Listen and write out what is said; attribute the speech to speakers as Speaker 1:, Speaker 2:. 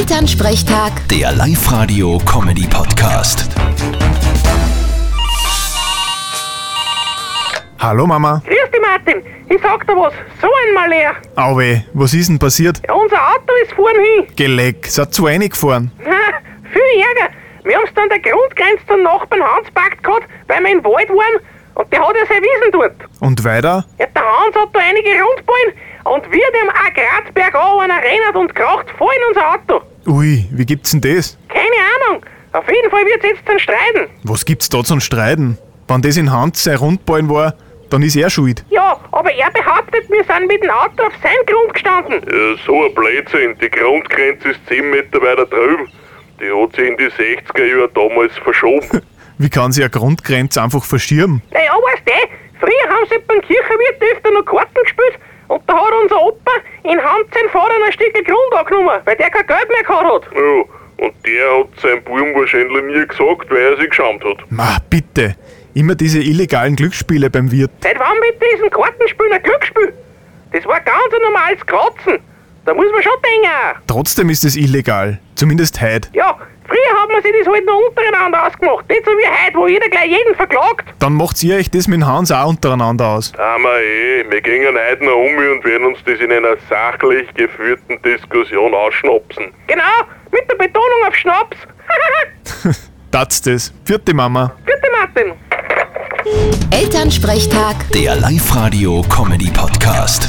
Speaker 1: Elternsprechtag,
Speaker 2: Der Live-Radio-Comedy-Podcast.
Speaker 3: Hallo Mama.
Speaker 4: Grüß dich, Martin. Ich sag dir was. So ein Maler.
Speaker 3: Auwe, was ist denn passiert?
Speaker 4: Ja, unser Auto ist vorn hin.
Speaker 3: Geleck, seid zu einig gefahren.
Speaker 4: Ha, viel Ärger. Wir haben's dann der Grundgrenze zum Nachbarn Hans gepackt gehabt, weil wir im Wald waren. Und der hat ja seine Wiesen dort.
Speaker 3: Und weiter?
Speaker 4: Ja, der Hans hat da einige Rundballen und wir dem auch Grazberg an einer rennt und kracht voll in unser Auto.
Speaker 3: Ui, wie gibt's denn das?
Speaker 4: Keine Ahnung. Auf jeden Fall wird's jetzt dann streiten.
Speaker 3: Was gibt's da zum Streiten? Wenn das in Hans sein Rundballen war, dann ist er schuld.
Speaker 4: Ja, aber er behauptet, wir sind mit dem Auto auf seinem Grund gestanden.
Speaker 5: Ja, Äh, so ein Blödsinn. Die Grundgrenze ist 10 Meter weiter drüben. Die hat sich in die 60er Jahre damals verschoben.
Speaker 3: Wie kann sie eine Grundgrenze einfach verschirmen?
Speaker 4: Naja, oh, weißt du, eh, früher haben sie beim Kirchenwirt öfter noch Karten gespielt und da hat unser Opa in Hand seinen Vater ein Stück Grund angenommen, weil der kein Geld mehr gehabt hat.
Speaker 5: Ja, und der hat seinem Buben wahrscheinlich nie gesagt, weil er sich geschämt hat.
Speaker 3: Ma, bitte. Immer diese illegalen Glücksspiele beim Wirt.
Speaker 4: Seit wann mit diesem Kartenspielen ein Glücksspiel? Das war ganz ein normales Kratzen. Da muss man schon denken.
Speaker 3: Trotzdem ist es illegal. Zumindest heut.
Speaker 4: Ja, früher hat man sich das halt noch untereinander ausgemacht. Nicht so wie heute, wo jeder gleich jeden verklagt.
Speaker 3: Dann macht's ihr euch das mit dem Hans auch untereinander aus.
Speaker 5: Aber eh, wir gingen heute noch um und werden uns das in einer sachlich geführten Diskussion ausschnapsen.
Speaker 4: Genau, mit der Betonung auf Schnaps.
Speaker 3: Tat's das. Vierte Mama.
Speaker 4: Bitte, Martin.
Speaker 1: Elternsprechtag.
Speaker 2: Der Live-Radio-Comedy-Podcast.